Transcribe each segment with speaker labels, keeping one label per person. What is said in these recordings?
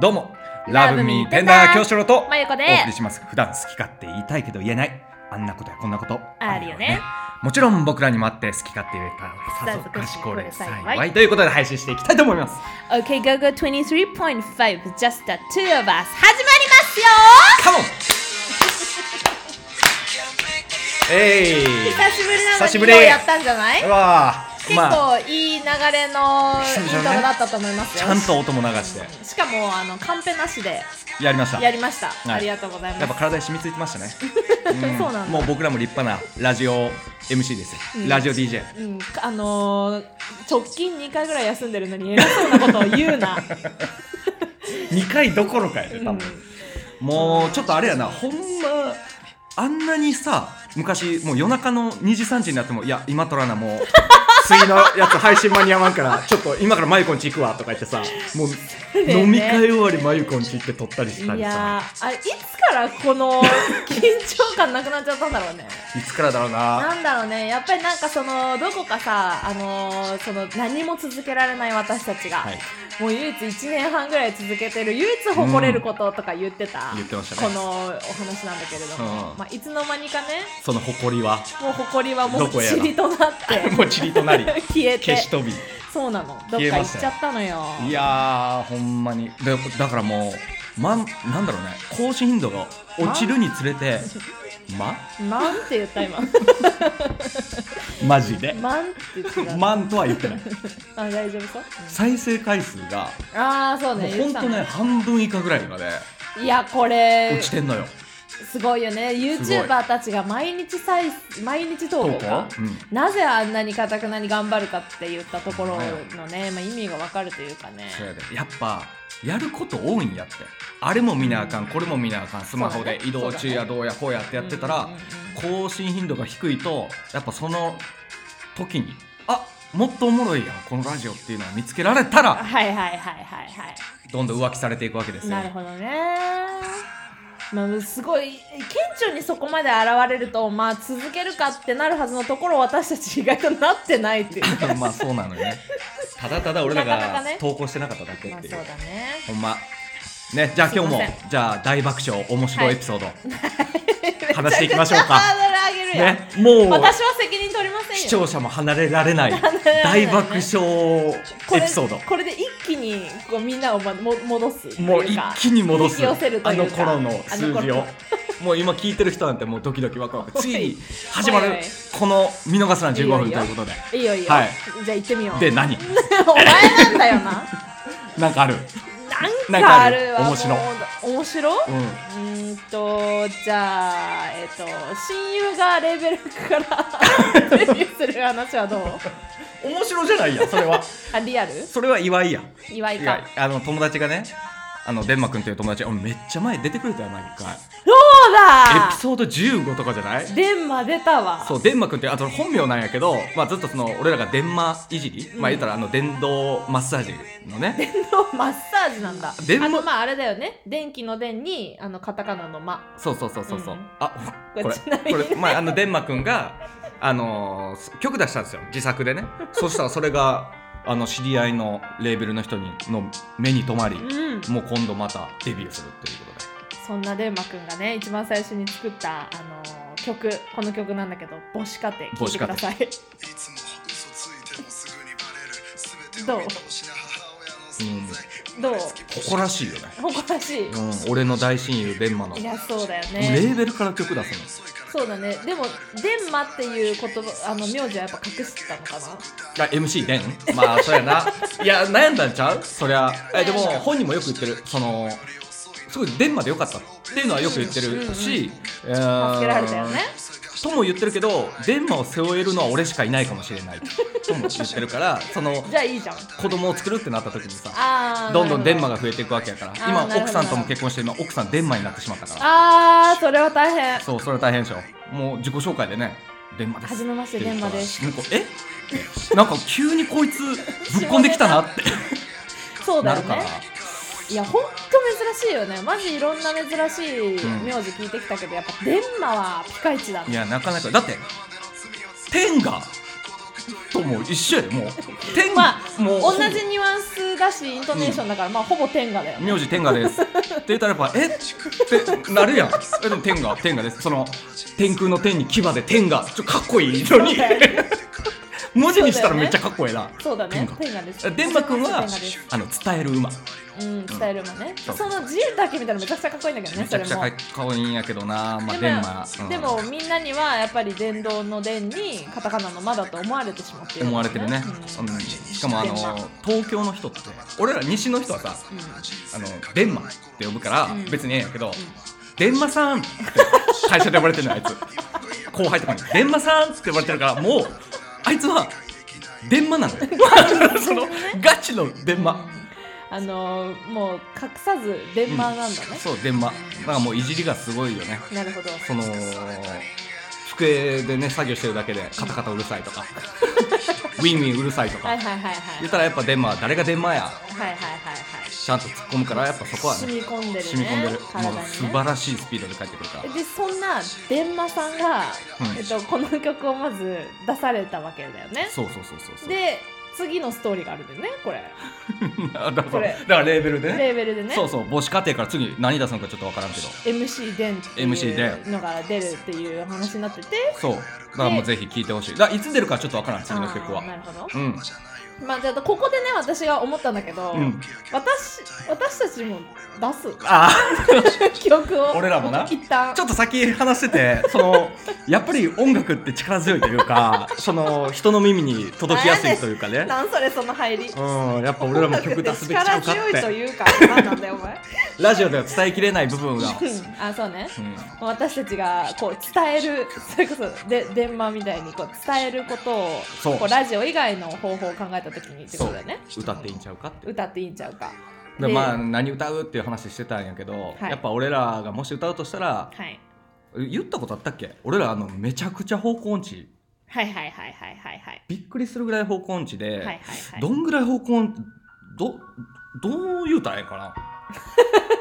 Speaker 1: どうもラブミーペンダー京志郎と
Speaker 2: まゆこで
Speaker 1: お送りします普段好き勝手言いたいけど言えないあんなことやこんなこと
Speaker 2: あるよね
Speaker 1: もちろん僕らにもあって好き勝手言えたらさぞかしこれ幸いということで配信していきたいと思います
Speaker 2: OK go go 23.5 just the two of us 始まりますよ
Speaker 1: カモンえい
Speaker 2: 久しぶりなの
Speaker 1: 久しぶり
Speaker 2: に今日やったんじゃないう
Speaker 1: わあ
Speaker 2: 結
Speaker 1: まあ
Speaker 2: 構いい流れのイ
Speaker 1: 久々
Speaker 2: ン
Speaker 1: ね
Speaker 2: トロだったと思います
Speaker 1: ち
Speaker 2: よ
Speaker 1: ゃんと音も流して
Speaker 2: しかもあのカンペなしで
Speaker 1: やりました
Speaker 2: や
Speaker 1: や
Speaker 2: りました
Speaker 1: い
Speaker 2: ありがとうございま
Speaker 1: っぱ
Speaker 2: す
Speaker 1: 体に染みついてましたねん
Speaker 2: そうなんだ
Speaker 1: もう僕らも立派なラジオ MC ですよ
Speaker 2: うん
Speaker 1: ラジオ DJ
Speaker 2: うん、あのー、直近2回ぐらい休んでるのに偉そうなことを言う な、
Speaker 1: 2回どころかやで
Speaker 2: うん
Speaker 1: 多分もうちょっとあれやなほんまあんなにさ昔もう夜中の2時3時になってもいや今撮らなもう次のやつ配信間に合わんから ちょっと今からマユコんち行くわとか言ってさもう
Speaker 2: ね
Speaker 1: 飲み会終わりマユコんち行って撮ったりした
Speaker 2: い
Speaker 1: り
Speaker 2: や
Speaker 1: さ
Speaker 2: ーあいつからこの緊張感なくなっちゃったんだろうね
Speaker 1: いつからだろうな
Speaker 2: なんだろうねやっぱりなんかそのどこかさあのー、その何も続けられない私たちが、
Speaker 1: はい
Speaker 2: もう唯一1年半ぐらい続けてる唯一誇れることとか言ってた、
Speaker 1: うん言ってましたね
Speaker 2: このお話なんだけれども、
Speaker 1: うん
Speaker 2: まあ、いつの間にかね
Speaker 1: その誇りは
Speaker 2: もう誇りはも
Speaker 1: ど
Speaker 2: う
Speaker 1: こやら
Speaker 2: 塵となって
Speaker 1: もうちりとなり
Speaker 2: 消えて
Speaker 1: 消し飛び
Speaker 2: そうなのどっか
Speaker 1: 消え
Speaker 2: 行
Speaker 1: ま
Speaker 2: っ
Speaker 1: した
Speaker 2: ちゃったのよ
Speaker 1: いやーほんまにでだからもう、ま、なんだろうね更新頻度が落ちるにつれて「ま」
Speaker 2: なんて言った 今
Speaker 1: マジで
Speaker 2: なんて言ってた、
Speaker 1: マンとは言ってない
Speaker 2: あ大丈夫か、
Speaker 1: 再生回数が
Speaker 2: うんああそう
Speaker 1: も
Speaker 2: ね
Speaker 1: う
Speaker 2: 言
Speaker 1: ほ
Speaker 2: って
Speaker 1: ん
Speaker 2: た
Speaker 1: とね半分以下ぐらいまで
Speaker 2: いやこれ
Speaker 1: 落ちてんのよ
Speaker 2: すごいよね
Speaker 1: すごい
Speaker 2: YouTuber たちが毎日再毎日投稿か
Speaker 1: うん
Speaker 2: なぜあんなにかたくなに頑張るかって言ったところのね、まあ、意味がわかるというかね
Speaker 1: そうやでやっぱやること多いんやってあれも見なあかんこれも見なあかんスマホで
Speaker 2: そうだね
Speaker 1: 移動中やどうやこうやってやってたら
Speaker 2: うんうんうん
Speaker 1: 更新頻度が低いとやっぱその時にあもっとおもろいやんこのラジオっていうのは見つけられたら
Speaker 2: はいはいはいはいはい
Speaker 1: どんどん浮気されていくわけですよ
Speaker 2: なるほどねまあ、すごい顕著にそこまで現れるとまあ続けるかってなるはずのところ私たち意外となってない っていう
Speaker 1: まあそうなのよねただただ俺ら
Speaker 2: なかな
Speaker 1: が
Speaker 2: かね
Speaker 1: 投稿してなかっただけ
Speaker 2: まあ
Speaker 1: っ
Speaker 2: そ
Speaker 1: て
Speaker 2: う
Speaker 1: いう
Speaker 2: だね
Speaker 1: ほんま。ね、じゃあ
Speaker 2: すい
Speaker 1: 今
Speaker 2: ま
Speaker 1: 日
Speaker 2: せん
Speaker 1: もじゃあ大爆笑面白いエピ ソード、 話していきましょう
Speaker 2: めちゃくち
Speaker 1: か
Speaker 2: ゃハードル上げるやん、
Speaker 1: ねもう
Speaker 2: 私は責任取りませんよ
Speaker 1: 視聴者も離れられ ない
Speaker 2: れられないね
Speaker 1: 大爆笑
Speaker 2: こ
Speaker 1: エ
Speaker 2: れ
Speaker 1: ピソード
Speaker 2: これで一気にこうみんなを、ま、も戻すといか
Speaker 1: もう一気に戻す
Speaker 2: 引き寄せると
Speaker 1: あ
Speaker 2: い
Speaker 1: の
Speaker 2: うか
Speaker 1: 頃の数字をもう今聞いてる人なんてもうドキドキワク ワクついに始まる
Speaker 2: おいおい
Speaker 1: この見逃すな15分
Speaker 2: いい
Speaker 1: と
Speaker 2: よ
Speaker 1: いうことで
Speaker 2: いいよいいよ、
Speaker 1: はい
Speaker 2: じゃあ行ってみよう
Speaker 1: で何
Speaker 2: お前な んだよな
Speaker 1: なんかある
Speaker 2: なんかあるわ
Speaker 1: なんかある
Speaker 2: もう面白
Speaker 1: うん
Speaker 2: うーんとじゃあえっ、と親友がレーベルから デビューする話はどう
Speaker 1: 面白じゃないやそれ は
Speaker 2: あリアル
Speaker 1: それは祝いや
Speaker 2: 岩井
Speaker 1: い
Speaker 2: か
Speaker 1: やあの友達がねあのデンマ君という友達おめっちゃ前出てくれたよ毎回
Speaker 2: そうだ
Speaker 1: エピソード15とかじゃない
Speaker 2: 電マ出たわ
Speaker 1: そうデンマ君ってあと本名なんやけど、まあ、ずっとその俺らがデンマいじり、まあ言ったらあの電動マッサージのね
Speaker 2: 電動マッサージなんだ
Speaker 1: 電マ
Speaker 2: あのまああれだよね電気の電にあのカタカナのマ
Speaker 1: そうそうそうそうそう、
Speaker 2: うん
Speaker 1: あこ
Speaker 2: こ
Speaker 1: れ
Speaker 2: れちなみに
Speaker 1: これ、まあ、あのデンマ君が、あのー曲出したんですよ自作 でねそしたらそれがあの知り合いのレーベルの人にの目に留まり、
Speaker 2: うん
Speaker 1: もう今度またデビューするっていうことで
Speaker 2: そんなデンマくんがね一番最初に作ったあのー曲この曲なんだけど母子家庭聴いてください
Speaker 3: いつも嘘ついてもすぐにバレる全て
Speaker 2: どう
Speaker 3: を見通しな母親の存在
Speaker 2: どう
Speaker 1: 誇らしいよね、
Speaker 2: 誇らしい、
Speaker 1: うん、俺の大親友デンマの、
Speaker 2: いやそうだよ
Speaker 1: レー
Speaker 2: ね
Speaker 1: ベルから曲出すの
Speaker 2: そうだねでもデンマっていう言葉あの名字はやっぱ隠してたのかな
Speaker 1: あ MC でんまあそうやないや悩んだんちゃうそりゃえでも本人もよく言ってるそのすごいデンマでよかったっていうのはよく言ってるし、えー
Speaker 2: 助けられたよね
Speaker 1: とも言ってるけどデンマを背負えるのは俺しかいないかもしれないとも言ってるからその
Speaker 2: じゃあいいじゃん
Speaker 1: 子供を作るってなった時にさ
Speaker 2: あー
Speaker 1: どんどんデンマ
Speaker 2: が
Speaker 1: が増えていくわけやから
Speaker 2: ー
Speaker 1: 今
Speaker 2: なるほど
Speaker 1: 奥さんとも結婚して今奥さんデンマになってしまったから
Speaker 2: あーそれは大変
Speaker 1: そうそれは大変でしょもう自己紹介でねデンマです
Speaker 2: 初めましてデンマです
Speaker 1: 向こうえなんか急にこいつぶっこんできたなって
Speaker 2: そうだ
Speaker 1: な
Speaker 2: よ
Speaker 1: るから
Speaker 2: ねいやほんと珍しいよねマジいろんな珍しい名字聞いてきたけどやっぱデンマはピカイチだね
Speaker 1: いやなかなかだって天がともう一緒やでもう天
Speaker 2: まあ
Speaker 1: もう
Speaker 2: 同じニュアンスだしイントネーションだから、まあほぼ天下だよね
Speaker 1: 名字天下ですって言ったらやっぱえってなるやんえでも天下天下ですその天空の天に牙で天下ちょっとかっこいいのに文字にしたらめっちゃかっこええな
Speaker 2: そうだね
Speaker 1: 天下
Speaker 2: 天下です
Speaker 1: デンマ君は
Speaker 2: 天下です
Speaker 1: あの伝える馬
Speaker 2: うん伝えるもね
Speaker 1: そう
Speaker 2: その自由だけみたいなのめちゃくちゃかっこいいんだけど
Speaker 1: め
Speaker 2: ね
Speaker 1: ち
Speaker 2: そ
Speaker 1: ゃ
Speaker 2: れ
Speaker 1: くちゃ
Speaker 2: も
Speaker 1: かっこいいんやけどなまあデンマ
Speaker 2: でもでもみんなにはやっぱり電動の電にカタカナの「マ」だと思われてしまっている
Speaker 1: 思われてるね、
Speaker 2: うん
Speaker 1: うんしかもあの
Speaker 2: デンマ
Speaker 1: 東京の人って俺ら西の人はさ
Speaker 2: うん
Speaker 1: あのデンマって呼ぶから
Speaker 2: ん
Speaker 1: 別にええんやけど、デンマさんって会社で呼ばれてるのあいつ後輩とかにデンマさんって呼ばれてるからもうあいつはデンマなの よそのガチのデンマ、
Speaker 2: あのーもう隠さず電マなんだね、
Speaker 1: そうデンマだからもういじりがすごいよね
Speaker 2: なるほど
Speaker 1: その机でね作業してるだけでカタカタうるさいと かウィンウィンうるさいと
Speaker 2: はい
Speaker 1: か
Speaker 2: はいはいはい
Speaker 1: 言ったらやっぱデンマは誰がデンマや
Speaker 2: はいはいはいはい
Speaker 1: ちゃんと突っ込むからやっぱそこはね
Speaker 2: 染み込んでるね
Speaker 1: 染み込んでる
Speaker 2: 体にね
Speaker 1: もう素晴らしいスピードで帰ってくるから
Speaker 2: でそんな電マさんが、
Speaker 1: うん
Speaker 2: えっと、この曲をまず出されたわけだよね
Speaker 1: そうそうそうそうそう
Speaker 2: で次のストーリーがあるんだよねこれ
Speaker 1: だから
Speaker 2: これ
Speaker 1: だからレーベルで
Speaker 2: レ
Speaker 1: ね
Speaker 2: ーベルでね
Speaker 1: そうそう母子家庭から次何出すのかちょっと分からんけど
Speaker 2: MC 電ってい
Speaker 1: MC 電
Speaker 2: うのが出るっていう話になってて
Speaker 1: そうだからもうぜひ聴いてほしいだからいつ出るかちょっと分からん次の曲
Speaker 2: あーな
Speaker 1: は
Speaker 2: るほど
Speaker 1: うん
Speaker 2: まあじゃあここでね私が思ったんだけど、
Speaker 1: うん
Speaker 2: 私私たちも出
Speaker 1: あ
Speaker 2: す記憶を
Speaker 1: 俺らもな
Speaker 2: 一旦
Speaker 1: あちょっと先話してて そのやっぱり音楽って力強いというか その人の耳に届きやすいというかね
Speaker 2: なんそれその入り
Speaker 1: うんやっぱ俺らも曲出すべきちゃうかっ
Speaker 2: 力強いと
Speaker 1: て
Speaker 2: いうか何なんだよお前
Speaker 1: ラジオでは伝えきれない部分が、
Speaker 2: うんあそうね
Speaker 1: うん
Speaker 2: 私たちがこう伝えるそれこそで電話みたいにこう伝えることを
Speaker 1: そう
Speaker 2: こうラジオ以外の方法を考えた時にって
Speaker 1: そ
Speaker 2: こと
Speaker 1: う
Speaker 2: だよね
Speaker 1: 歌っていいんちゃうかって
Speaker 2: 歌っていいんちゃうか
Speaker 1: で
Speaker 2: で
Speaker 1: まあ何歌うっていう話してたんやけど、
Speaker 2: はい
Speaker 1: やっぱ俺らがもし歌うとしたら
Speaker 2: はい、
Speaker 1: 言ったことあったっけ俺らあのめちゃくちゃ方向音痴
Speaker 2: はいはいはいはいはいはい
Speaker 1: びっくりするぐらい方向音痴で、
Speaker 2: はいはいはい
Speaker 1: どんぐらい方向音どどう言うたらええんか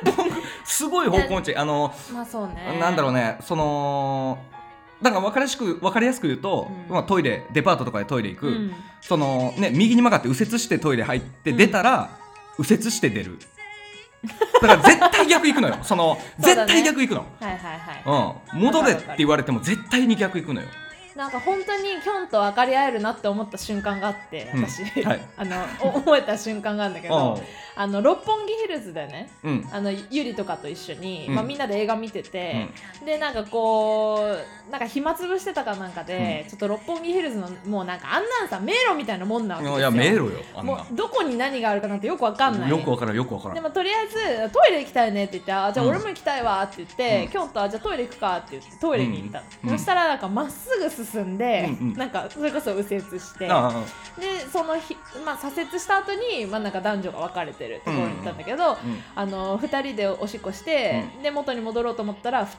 Speaker 1: などんぐすごい方向音痴あの、
Speaker 2: まあそうね
Speaker 1: なんだろうねそのなんか分かりやすく分かりやすく言うと、
Speaker 2: うん
Speaker 1: まあ、トイレデパートとかでトイレ行く、
Speaker 2: うん
Speaker 1: そのね右に曲がって右折してトイレ入って
Speaker 2: うん
Speaker 1: 出たら、右折して出るだから絶対逆行くの よその
Speaker 2: そうだ
Speaker 1: 絶対
Speaker 2: ね
Speaker 1: 逆行くの
Speaker 2: はいはいはい
Speaker 1: うん戻れって言われても絶対に逆行くのよ
Speaker 2: なんか本当にキョンと分かり合えるなって思った瞬間があって
Speaker 1: うん
Speaker 2: 私、
Speaker 1: はい
Speaker 2: あのお覚えた瞬間があるんだけどあの六本木ヒルズでね
Speaker 1: うんうん
Speaker 2: あのゆりとかと一緒に、
Speaker 1: うん
Speaker 2: まあ、みんなで映画見てて、でなんかこうなんか暇つぶしてたかなんかで、ちょっと六本木ヒルズのもうなんかあんなんさ迷路みたいなもんなわけですよ
Speaker 1: いや迷路よあん
Speaker 2: も
Speaker 1: な
Speaker 2: うどこに何があるかなんてよくわかんない
Speaker 1: よくわからんよくわから
Speaker 2: で
Speaker 1: ん
Speaker 2: もとりあえずトイレ行きたいねって言ってあじゃあ俺も行きたいわって言って、
Speaker 1: うん
Speaker 2: きょんとあじゃあトイレ行くかって言ってトイレに行ったの、
Speaker 1: うん
Speaker 2: そしたらなんかまっすぐ進んで、
Speaker 1: うんうん
Speaker 2: なんかそれこそ右折して
Speaker 1: ああ
Speaker 2: でその日、まあ、左折した後にまあなんか男女が別れてるところに行ったんだけ
Speaker 1: う
Speaker 2: ど、
Speaker 1: ん
Speaker 2: あの2人でおしっこして、で元に戻ろうと思ったら2人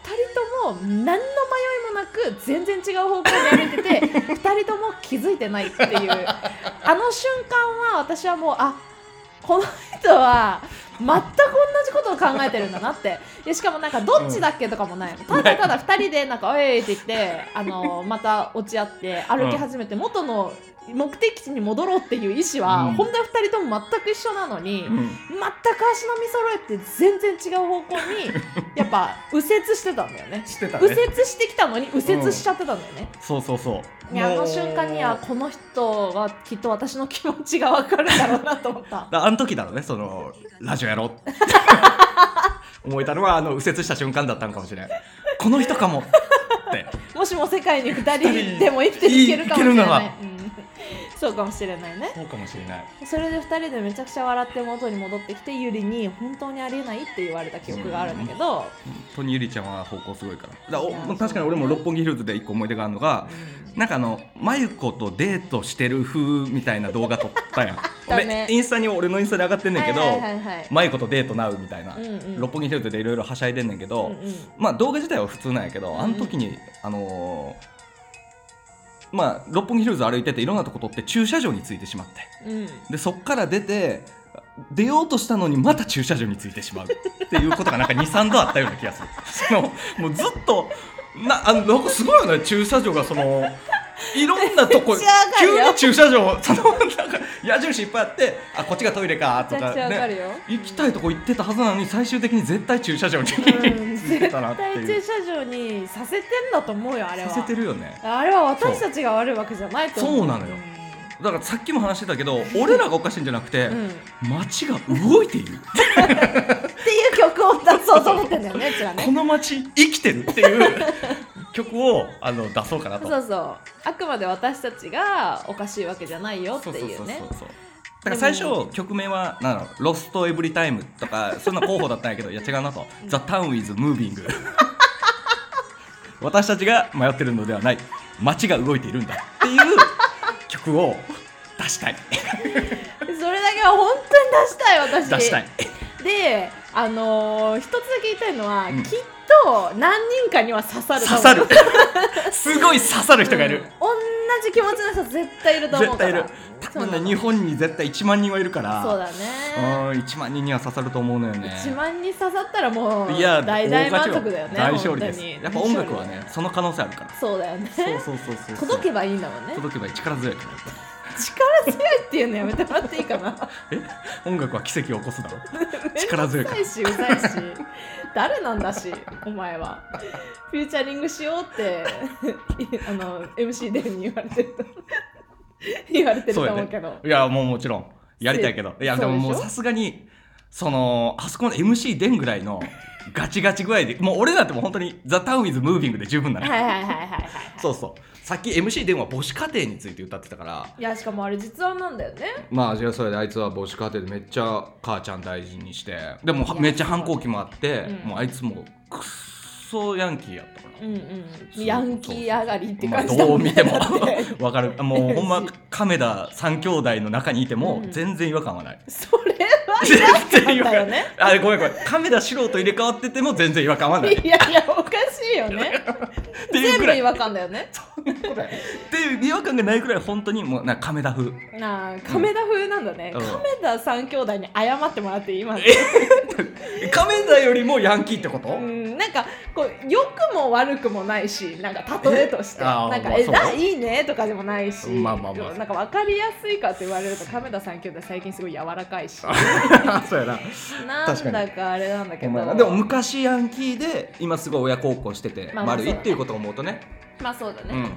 Speaker 2: とも何の迷いもなく全然違う方向に歩いてて2 人とも気づいてないっていうあの瞬間は私はもうあこの人は全く同じことを考えてるんだなってでしかもなんかどっちだっけとかもないのただただ2人でなんか「おい」って言ってあのまた落ち合って歩き始めて元の目的地に戻ろうっていう意思は、
Speaker 1: うん
Speaker 2: 本当は2人とも全く一緒なのに。
Speaker 1: うん
Speaker 2: 全く足の見揃えて全然違う 方向にやっぱ右折してたんだよ ね
Speaker 1: してた
Speaker 2: 右
Speaker 1: ね
Speaker 2: 折してきたのに右折しちゃってたんだよね、
Speaker 1: そうそうそう
Speaker 2: いやあ
Speaker 1: も
Speaker 2: の
Speaker 1: う
Speaker 2: 瞬間にはこの人はきっと私の気持ちが分かるんだろうなと思った
Speaker 1: だあの時だろうねそのラジオやろう 思えたのはあの右折した瞬間だったんかもしれんこの人かもって
Speaker 2: もしも世界に2
Speaker 1: 二人
Speaker 2: 人でも生きていけるかもしれない
Speaker 1: い
Speaker 2: うんそうかもしれないね
Speaker 1: そうかもしれない
Speaker 2: それで2人でめちゃくちゃ笑って元に戻ってきてゆりに本当にありえないって言われた記憶があるんだけど、
Speaker 1: 本当にゆりちゃんは方向すごいからだ
Speaker 2: いや
Speaker 1: お確かに俺も六本木ヒルズで一個思い出があるのがなんかあのまゆことデートしてる風みたいな動画撮った やん
Speaker 2: だね
Speaker 1: でインスタに俺のインスタで上がってんねんけど
Speaker 2: はいはいはいはい
Speaker 1: まゆことデートなうみたいな、
Speaker 2: うんうん
Speaker 1: 六本木ヒルズでいろいろはしゃいでんねんけど、
Speaker 2: うんうん
Speaker 1: まあ動画自体は普通なんやけどあの時に、あのーまあ六本木ヒルズ歩いてていろんなとこ撮って駐車場に着いてしまって
Speaker 2: うん
Speaker 1: でそっから出て出ようとしたのにまた駐車場に着いてしまうっていうことがなんか23度あったような気がするそのもうずっとなあのなんかすごいよね駐車場がそのいろんなとこ
Speaker 2: めっちゃ上がる
Speaker 1: 急
Speaker 2: よ
Speaker 1: に駐車場そのなんか矢印いっぱいあってあこっちがトイレかと
Speaker 2: めちゃ
Speaker 1: か
Speaker 2: くちゃ上がる
Speaker 1: ね
Speaker 2: よ、
Speaker 1: 行きたいとこ行ってたはずなのに最終的に絶対駐車場に
Speaker 2: う
Speaker 1: 行
Speaker 2: ん、
Speaker 1: っ
Speaker 2: 絶
Speaker 1: てたなって
Speaker 2: 対
Speaker 1: い
Speaker 2: 駐
Speaker 1: う
Speaker 2: 車場にさせてんだと思うよあれは
Speaker 1: させてるよね
Speaker 2: あれは私たちが悪いわけじゃないと思う
Speaker 1: そうなのよだからさっきも話してたけど俺らがおかしいんじゃなくて、
Speaker 2: うんうんってい
Speaker 1: 街が動いている
Speaker 2: う曲を出そうと思ってんだ よねうちらね
Speaker 1: この街生きてるっていう 曲をあの出そうかなと
Speaker 2: そうそうあくまで私たちがおかしいわけじゃないよって
Speaker 1: そうそう
Speaker 2: い
Speaker 1: そうう
Speaker 2: ね
Speaker 1: そうだから最初曲名はなんだろう「ロストエブリタイム」とかそんな候補だったんやけどいや違うなと「ザ・タウン・ウィズ・ムービング」私たちが迷ってるのではない街が動いているんだっていう曲を出したい
Speaker 2: それだけは本当に出したい私
Speaker 1: 出したい
Speaker 2: であのー一つだけ言いたいのは、
Speaker 1: うん
Speaker 2: きっと何人かには刺さると思
Speaker 1: 刺
Speaker 2: う
Speaker 1: さるすごい刺さる人がいる、
Speaker 2: うん同じ気持ちの人絶対いると思
Speaker 1: 絶
Speaker 2: うか
Speaker 1: 対い
Speaker 2: ら
Speaker 1: る多分
Speaker 2: そうな
Speaker 1: ね
Speaker 2: の
Speaker 1: 日本に絶対1万人はいるから
Speaker 2: そうだね
Speaker 1: うん1万人には刺さると思うのよね
Speaker 2: 1万人刺さったらもう
Speaker 1: いや
Speaker 2: 大大満足だよね
Speaker 1: 大勝利です
Speaker 2: 本当に
Speaker 1: やっぱ音楽はねその可能性あるから
Speaker 2: そうだよね
Speaker 1: そうそうそうそうそう
Speaker 2: 届けばいいんだもんね
Speaker 1: 届けば力強いからやっぱ
Speaker 2: 力強いっていうのやめてもらっていいかな
Speaker 1: りえ音楽は奇跡を起こすだろ 力強いから
Speaker 2: うざいしうざいし誰なんだしお前はフューチャリングしようって あの MC デビに言われてると 言われてると
Speaker 1: そうや
Speaker 2: 思う
Speaker 1: ね
Speaker 2: けど、
Speaker 1: いやもうもちろんやりたいけどいやでももう
Speaker 2: そうでしょ
Speaker 1: さすがにそのあそこの MC でんぐらいのガチガチ具合でもう俺なんてもう本当に「ザ・タウン・ウィズ・ムービング」で十分なの、
Speaker 2: はいはいはいはいはい
Speaker 1: そうそうさっき MC でんは母子家庭について歌ってたから
Speaker 2: いやしかもあれ実話なんだよね
Speaker 1: まあじゃあそれであいつは母子家庭でめっちゃ母ちゃん大事にしてでもはい
Speaker 2: や
Speaker 1: めっちゃ反抗期もあって、
Speaker 2: うん
Speaker 1: もうあいつもくっそヤンキーやったから。
Speaker 2: うん
Speaker 1: そう
Speaker 2: うんヤンキー上がりって感じ
Speaker 1: ま
Speaker 2: だ
Speaker 1: あ、どう
Speaker 2: も
Speaker 1: ん見
Speaker 2: ね
Speaker 1: て も
Speaker 2: だって
Speaker 1: わかるもうほんま
Speaker 2: うん
Speaker 1: 亀田三兄弟の中にいても
Speaker 2: うん
Speaker 1: 全然違和感はない、
Speaker 2: そ れは
Speaker 1: 全然
Speaker 2: 違和感だよね
Speaker 1: あごめんごめん亀田四郎と入れ替わってても全然違和感はないっ
Speaker 2: いやいやおかしいよね
Speaker 1: ていう
Speaker 2: 全
Speaker 1: く
Speaker 2: 部
Speaker 1: らい
Speaker 2: 違和感だよね
Speaker 1: っていう違和感がないくらい本当にもうなんか亀田風
Speaker 2: なあ亀田風なんだね、
Speaker 1: うん
Speaker 2: 亀田三兄弟に謝ってもらっていい今の
Speaker 1: 亀田よりもヤンキーってこと、
Speaker 2: うん、なんかこう良くも悪くもないしなんか例えとして
Speaker 1: えあー
Speaker 2: なんか
Speaker 1: まあ
Speaker 2: 「え
Speaker 1: そうね
Speaker 2: だいいね」とかでもないし、
Speaker 1: まあまあまあ
Speaker 2: なんか分かりやすいかって言われると亀田さん兄弟最近すごい柔らか いし
Speaker 1: そうやな
Speaker 2: な
Speaker 1: 確か
Speaker 2: んだかあれなんだけ
Speaker 1: お
Speaker 2: ど
Speaker 1: 前はでも昔ヤンキーで今すごい親孝行してて
Speaker 2: まあまあ
Speaker 1: 丸い
Speaker 2: そうだね
Speaker 1: っていうことを思うとね,、
Speaker 2: まあそうだ
Speaker 1: うん、
Speaker 2: ね、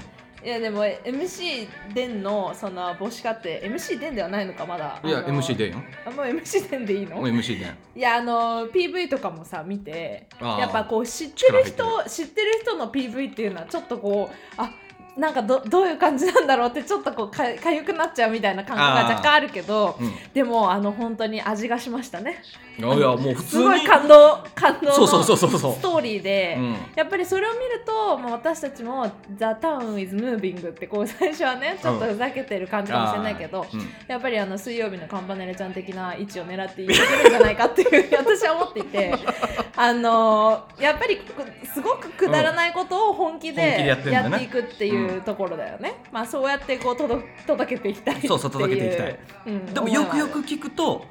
Speaker 2: いやでも MC でんのその母子家庭 MC でんではないのかまだ
Speaker 1: いや
Speaker 2: あの
Speaker 1: MC でんよ
Speaker 2: あもう MC でんでいいの、
Speaker 1: もう MC でん
Speaker 2: いやあの PV とかもさ見て
Speaker 1: あー
Speaker 2: やっぱこう知ってる
Speaker 1: 力
Speaker 2: 人知ってる人の PV っていうのはちょっとこうあなんかどどういう感じなんだろうってちょっとこうかかゆくなっちゃうみたいな感覚が
Speaker 1: あー
Speaker 2: 若干あるけど
Speaker 1: うん
Speaker 2: でもあの本当に味がしましたね
Speaker 1: いやいやもう普通
Speaker 2: すごい
Speaker 1: に
Speaker 2: 感動感動の
Speaker 1: そうそうそう
Speaker 2: ス
Speaker 1: そうそう
Speaker 2: トーリーで、
Speaker 1: うん
Speaker 2: やっぱりそれを見るともう私たちも「The Town is Moving」ってこう最初はねちょっとふざけてる感じかもしれないけど、
Speaker 1: あーうん
Speaker 2: やっぱりあの水曜日のカンパネラちゃん的な位置を狙っていけるんじゃないかっていう 私は思っていてあのーやっぱりこすごくくだらないことを本気で
Speaker 1: うん本気でやってんだ
Speaker 2: や
Speaker 1: ね
Speaker 2: っていくっていうところだよね、まあそうやってこう届届けていきたいっていう
Speaker 1: そうそう届けていきたい、
Speaker 2: うん
Speaker 1: でもよくよく聞くと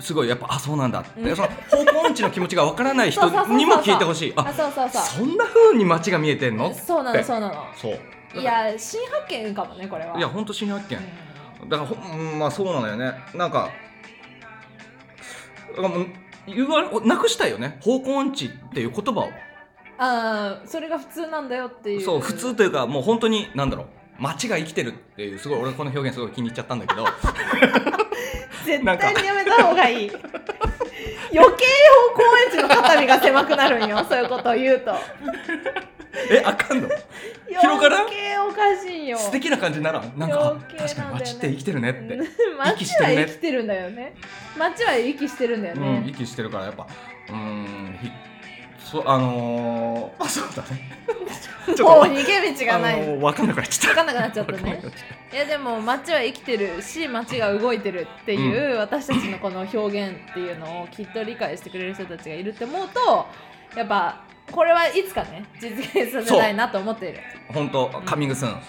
Speaker 1: すごいやっぱあそうなんだって、
Speaker 2: うん
Speaker 1: その方向音痴の気持ちがわからない人
Speaker 2: そうそうそうそう
Speaker 1: にも聞いてほしい
Speaker 2: あ
Speaker 1: あ
Speaker 2: そうそうそう
Speaker 1: そんな風に街が見えてんの
Speaker 2: そうな
Speaker 1: っ
Speaker 2: の
Speaker 1: て
Speaker 2: そうなの
Speaker 1: そう
Speaker 2: いや新発見かもねこれはい
Speaker 1: やほんと新発見、だからほんまあそうなのよねなんかだからもう言わなくしたいよね方向音痴っていう言葉を
Speaker 2: ああそれが普通なんだよっていう
Speaker 1: そう普通というかもう本当に何だろう街が生きてるっていうすごい俺この表現すごい気に入っちゃったんだけど
Speaker 2: 絶
Speaker 1: なんか
Speaker 2: 対にやめた方がいい余計方向エッジの肩身が狭くなるんよそういうことを言うと
Speaker 1: えあかんの広がらん
Speaker 2: 余計おかしいよ
Speaker 1: 素敵な感じにならんなんか
Speaker 2: 余計なんだよね
Speaker 1: 確かに街って生きてるねって、
Speaker 2: うん 街
Speaker 1: 息してる
Speaker 2: は
Speaker 1: ね
Speaker 2: 生きてるんだよね街は息してるんだよ
Speaker 1: うん
Speaker 2: ね、
Speaker 1: 息してるからやっぱうーんひそうあのー、あそうだ ねちっ
Speaker 2: もう逃げ道
Speaker 1: と
Speaker 2: がない、
Speaker 1: あのー、分かんなくなっちゃ
Speaker 2: 分
Speaker 1: った
Speaker 2: かんなくなっちゃった
Speaker 1: わかんな
Speaker 2: ね
Speaker 1: くなっちゃった
Speaker 2: いやでも街は生きてるし街が動いてるっていう、私たちのこの表現っていうのをきっと理解してくれる人たちがいるって思うとやっぱこれはいつかね実現させたいなと思っている
Speaker 1: 本当カミングスーン、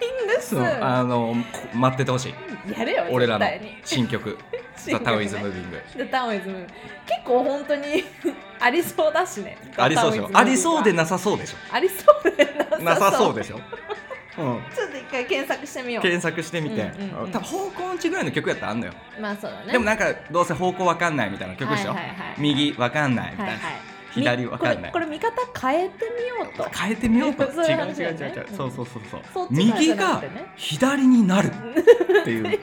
Speaker 2: ピングス
Speaker 1: うん、あのー、こ待っててほしい
Speaker 2: やれよ
Speaker 1: 俺らの
Speaker 2: 絶対に
Speaker 1: 新 曲「ザ・タウイズ・ムービング」
Speaker 2: The Town is Moving 結構本当に ありそうだしね
Speaker 1: ありそうでし
Speaker 2: The
Speaker 1: ょ
Speaker 2: Town is Moving
Speaker 1: ありそうでなさそうでし
Speaker 2: ありそうで
Speaker 1: ょ
Speaker 2: な
Speaker 1: な
Speaker 2: さ
Speaker 1: さ
Speaker 2: そ
Speaker 1: そううでしょうん
Speaker 2: ちょっと一回検索してみよう
Speaker 1: 検索してみて、
Speaker 2: うんうんうん
Speaker 1: 多分方向音痴ぐらいの曲やったらあんのよ、
Speaker 2: まあそうだね
Speaker 1: でもなんかどうせ方向わかんないみたいな曲でしょ、
Speaker 2: はいはいはい
Speaker 1: 右わかんないみたい
Speaker 2: は
Speaker 1: な、
Speaker 2: いはい
Speaker 1: 左わかんない
Speaker 2: これこれ見方変えてみようと
Speaker 1: 変えてみようと違う
Speaker 2: そういう話
Speaker 1: 違
Speaker 2: だ
Speaker 1: う違
Speaker 2: よね
Speaker 1: う違う、
Speaker 2: うん
Speaker 1: そうそうそう
Speaker 2: そ
Speaker 1: そう
Speaker 2: っちからじ
Speaker 1: 右
Speaker 2: ゃなく
Speaker 1: が
Speaker 2: てね
Speaker 1: 左になるっていう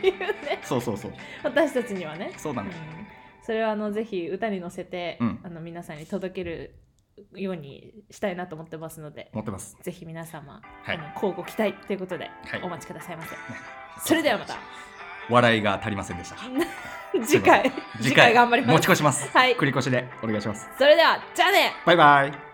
Speaker 1: そうそうそう
Speaker 2: 私たちにはね
Speaker 1: そうなのよ
Speaker 2: うんそれはあのぜひ歌に乗せて、
Speaker 1: うん
Speaker 2: あの皆さんに届けるようにしたいなと思ってますので
Speaker 1: 持ってます
Speaker 2: ぜひ皆様、
Speaker 1: はい
Speaker 2: あの交互期待ということで、
Speaker 1: はい
Speaker 2: お待ちくださいま せそれではまた
Speaker 1: 笑いが足りませんでした
Speaker 2: 次回次回頑張ります
Speaker 1: 持ち越します、
Speaker 2: はい
Speaker 1: 繰り越しでお願いします
Speaker 2: それではじゃあね
Speaker 1: バイバイ